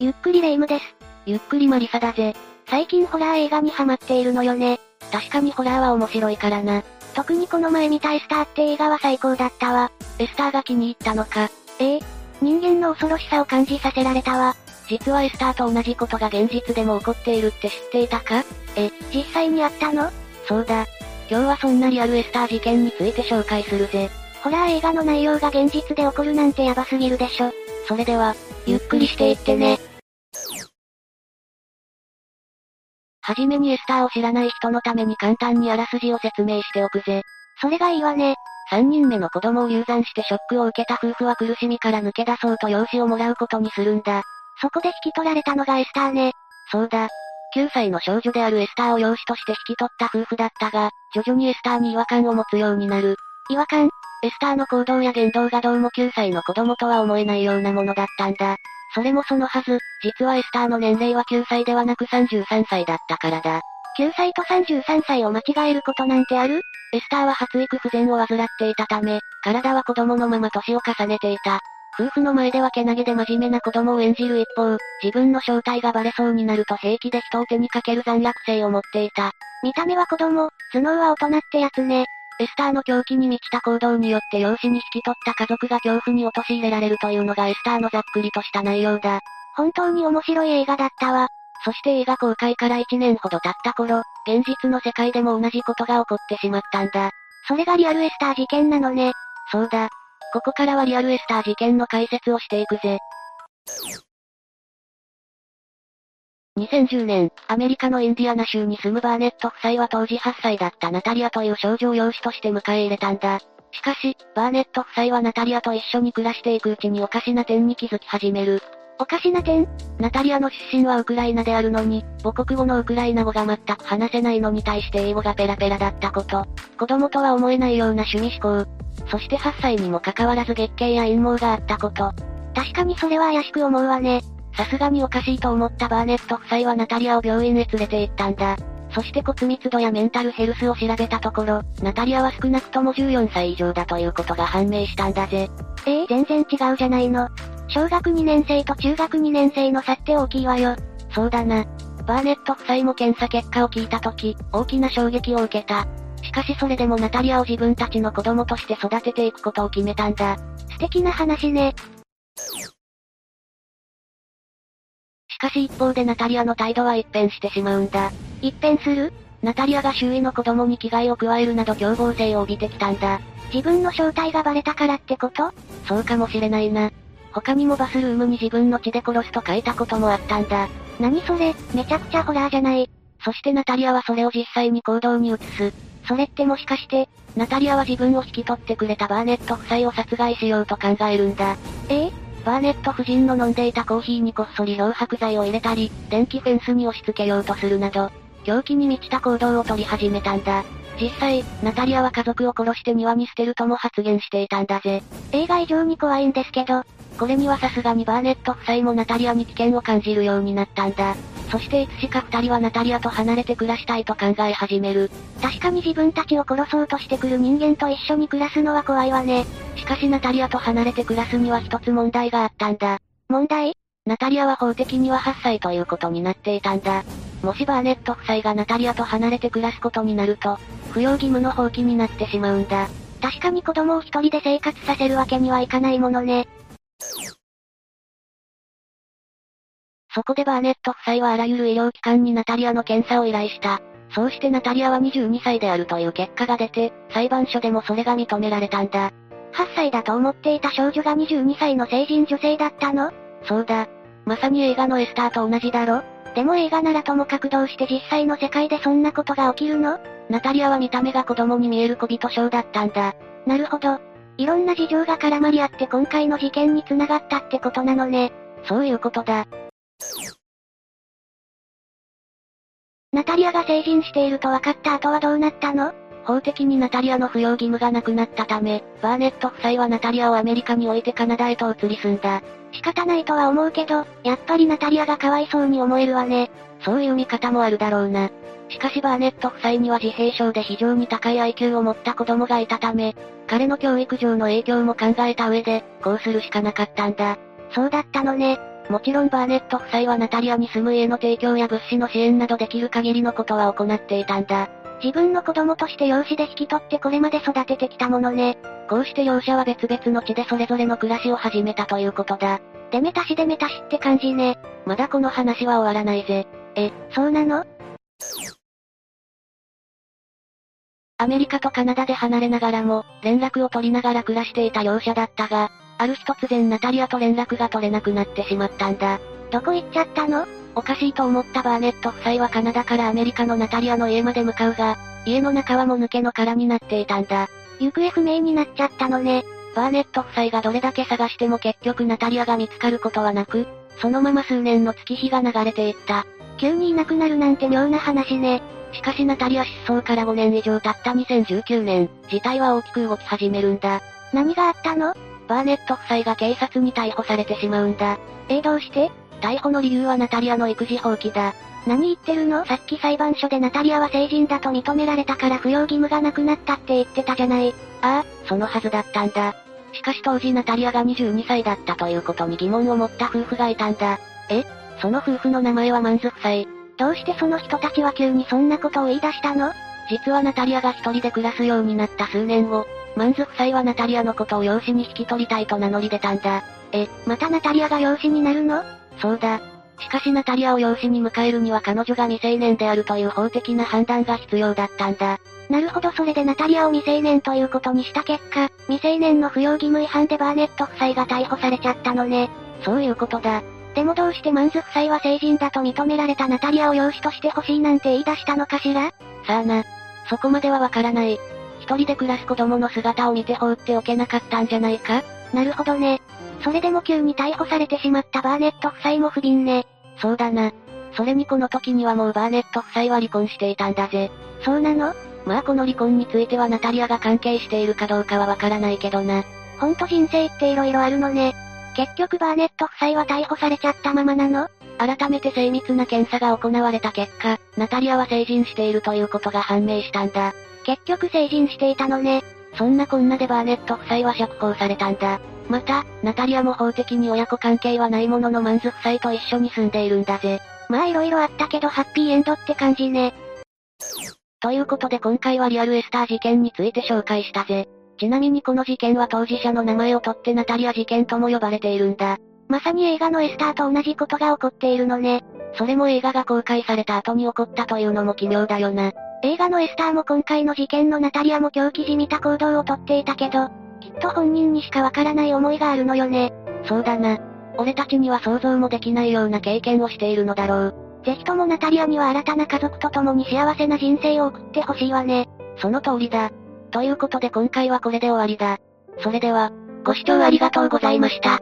ゆっくりレ夢ムです。ゆっくりマリサだぜ。最近ホラー映画にハマっているのよね。確かにホラーは面白いからな。特にこの前見たエスターって映画は最高だったわ。エスターが気に入ったのか。ええ人間の恐ろしさを感じさせられたわ。実はエスターと同じことが現実でも起こっているって知っていたかえ、実際にあったのそうだ。今日はそんなリアルエスター事件について紹介するぜ。ホラー映画の内容が現実で起こるなんてヤバすぎるでしょ。それでは、ゆっくりしていってね。はじめにエスターを知らない人のために簡単にあらすじを説明しておくぜ。それがいいわね。 3人目の子供を流産してショックを受けた夫婦は苦しみから抜け出そうと養子をもらうことにするんだ。そこで引き取られたのがエスターね。そうだ。9歳の少女であるエスターを養子として引き取った夫婦だったが、徐々にエスターに違和感を持つようになる。違和感エスターの行動や言動がどうも9歳の子供とは思えないようなものだったんだ。それもそのはず、実はエスターの年齢は9歳ではなく33歳だったからだ。 9歳と33歳を間違えることなんてあるエスターは発育不全を患っていたため、体は子供のまま年を重ねていた。夫婦の前ではけなげで真面目な子供を演じる一方、自分の正体がバレそうになると平気で人を手にかける残虐性を持っていた。見た目は子供、頭脳は大人ってやつね。エスターの狂気に満ちた行動によって養子に引き取った家族が恐怖に陥れられるというのがエスターのざっくりとした内容だ。本当に面白い映画だったわ。そして映画公開から1年ほど経った頃、現実の世界でも同じことが起こってしまったんだ。それがリアルエスター事件なのね。そうだ。ここからはリアルエスター事件の解説をしていくぜ。2010年、アメリカのインディアナ州に住むバーネット夫妻は当時8歳だったナタリアという少女を養子として迎え入れたんだ。しかし、バーネット夫妻はナタリアと一緒に暮らしていくうちにおかしな点に気づき始める。おかしな点ナタリアの出身はウクライナであるのに、母国語のウクライナ語が全く話せないのに対して英語がペラペラだったこと。子供とは思えないような趣味思考。そして8歳にもかかわらず月経や陰謀があったこと。確かにそれは怪しく思うわね。さすがにおかしいと思ったバーネット夫妻はナタリアを病院へ連れて行ったんだ。そして骨密度やメンタルヘルスを調べたところ、ナタリアは少なくとも14歳以上だということが判明したんだぜ。ええー、全然違うじゃないの。小学2年生と中学2年生の差って大きいわよ。そうだな。バーネット夫妻も検査結果を聞いたとき、大きな衝撃を受けた。しかしそれでもナタリアを自分たちの子供として育てていくことを決めたんだ。素敵な話ね。しかし一方でナタリアの態度は一変してしまうんだ。一変するナタリアが周囲の子供に危害を加えるなど凶暴性を帯びてきたんだ。自分の正体がバレたからってことそうかもしれないな。他にもバスルームに自分の血で殺すと書いたこともあったんだ。何それ、めちゃくちゃホラーじゃない。そしてナタリアはそれを実際に行動に移す。それってもしかして、ナタリアは自分を引き取ってくれたバーネット夫妻を殺害しようと考えるんだ。ええバーネット夫人の飲んでいたコーヒーにこっそり漂白剤を入れたり、電気フェンスに押し付けようとするなど、狂気に満ちた行動を取り始めたんだ。実際、ナタリアは家族を殺して庭に捨てるとも発言していたんだぜ。映画以上に怖いんですけど、これにはさすがにバーネット夫妻もナタリアに危険を感じるようになったんだ。そしていつしか二人はナタリアと離れて暮らしたいと考え始める。確かに自分たちを殺そうとしてくる人間と一緒に暮らすのは怖いわね。しかしナタリアと離れて暮らすには一つ問題があったんだ。問題ナタリアは法的には8歳ということになっていたんだ。もしバーネット夫妻がナタリアと離れて暮らすことになると、扶養義務の放棄になってしまうんだ。確かに子供を一人で生活させるわけにはいかないものね。そこでバーネット夫妻はあらゆる医療機関にナタリアの検査を依頼した。そうしてナタリアは22歳であるという結果が出て、裁判所でもそれが認められたんだ。 8歳だと思っていた少女が22歳の成人女性だったのそうだ。まさに映画のエスターと同じだろでも映画ならともかくどうして実際の世界でそんなことが起きるのナタリアは見た目が子供に見える小人症だったんだ。なるほど。いろんな事情が絡まり合って今回の事件に繋がったってことなのね。そういうことだ。ナタリアが成人していると分かった後はどうなったの法的にナタリアの扶養義務がなくなったため、バーネット夫妻はナタリアをアメリカに置いてカナダへと移り住んだ。仕方ないとは思うけど、やっぱりナタリアがかわいそうに思えるわね。そういう見方もあるだろうな。しかしバーネット夫妻には自閉症で非常に高い IQ を持った子供がいたため、彼の教育上の影響も考えた上で、こうするしかなかったんだ。そうだったのね。もちろんバーネット夫妻はナタリアに住む家の提供や物資の支援などできる限りのことは行っていたんだ。自分の子供として養子で引き取ってこれまで育ててきたものね。こうして両者は別々の地でそれぞれの暮らしを始めたということだ。でめたしでめたしって感じね。まだこの話は終わらないぜ。え、そうなのアメリカとカナダで離れながらも、連絡を取りながら暮らしていた両者だったが、ある日突然ナタリアと連絡が取れなくなってしまったんだ。どこ行っちゃったのおかしいと思ったバーネット夫妻はカナダからアメリカのナタリアの家まで向かうが、家の中はもぬけの殻になっていたんだ。行方不明になっちゃったのね。バーネット夫妻がどれだけ探しても結局ナタリアが見つかることはなく、そのまま数年の月日が流れていった。急にいなくなるなんて妙な話ね。しかしナタリア失踪から5年以上経った2019年、事態は大きく動き始めるんだ。何があったのバーネット夫妻が警察に逮捕されてしまうんだ。えー、どうして逮捕の理由はナタリアの育児放棄だ。何言ってるのさっき裁判所でナタリアは成人だと認められたから扶養義務がなくなったって言ってたじゃない。ああ、そのはずだったんだ。しかし当時ナタリアが22歳だったということに疑問を持った夫婦がいたんだ。えその夫婦の名前はマンズ夫妻。どうしてその人たちは急にそんなことを言い出したの実はナタリアが一人で暮らすようになった数年後、マンズ夫妻はナタリアのことを養子に引き取りたいと名乗り出たんだ。え、またナタリアが養子になるのそうだ。しかしナタリアを養子に迎えるには彼女が未成年であるという法的な判断が必要だったんだ。なるほどそれでナタリアを未成年ということにした結果、未成年の扶養義務違反でバーネット夫妻が逮捕されちゃったのね。そういうことだ。でもどうしてマンズ夫妻は成人だと認められたナタリアを養子として欲しいなんて言い出したのかしらさあな。そこまではわからない。一人で暮らす子供の姿を見て放っておけなかったんじゃないかなるほどね。それでも急に逮捕されてしまったバーネット夫妻も不憫ね。そうだな。それにこの時にはもうバーネット夫妻は離婚していたんだぜ。そうなのまあこの離婚についてはナタリアが関係しているかどうかはわからないけどな。ほんと人生って色々あるのね。結局バーネット夫妻は逮捕されちゃったままなの改めて精密な検査が行われた結果、ナタリアは成人しているということが判明したんだ。結局成人していたのね。そんなこんなでバーネット夫妻は釈放されたんだ。また、ナタリアも法的に親子関係はないもののマンズ夫妻と一緒に住んでいるんだぜ。まあ色々あったけどハッピーエンドって感じね。ということで今回はリアルエスター事件について紹介したぜ。ちなみにこの事件は当事者の名前を取ってナタリア事件とも呼ばれているんだ。まさに映画のエスターと同じことが起こっているのね。それも映画が公開された後に起こったというのも奇妙だよな。映画のエスターも今回の事件のナタリアも狂気じみた行動をとっていたけど、きっと本人にしかわからない思いがあるのよね。そうだな。俺たちには想像もできないような経験をしているのだろう。ぜひともナタリアには新たな家族と共に幸せな人生を送ってほしいわね。その通りだ。ということで今回はこれで終わりだ。それでは、ご視聴ありがとうございました。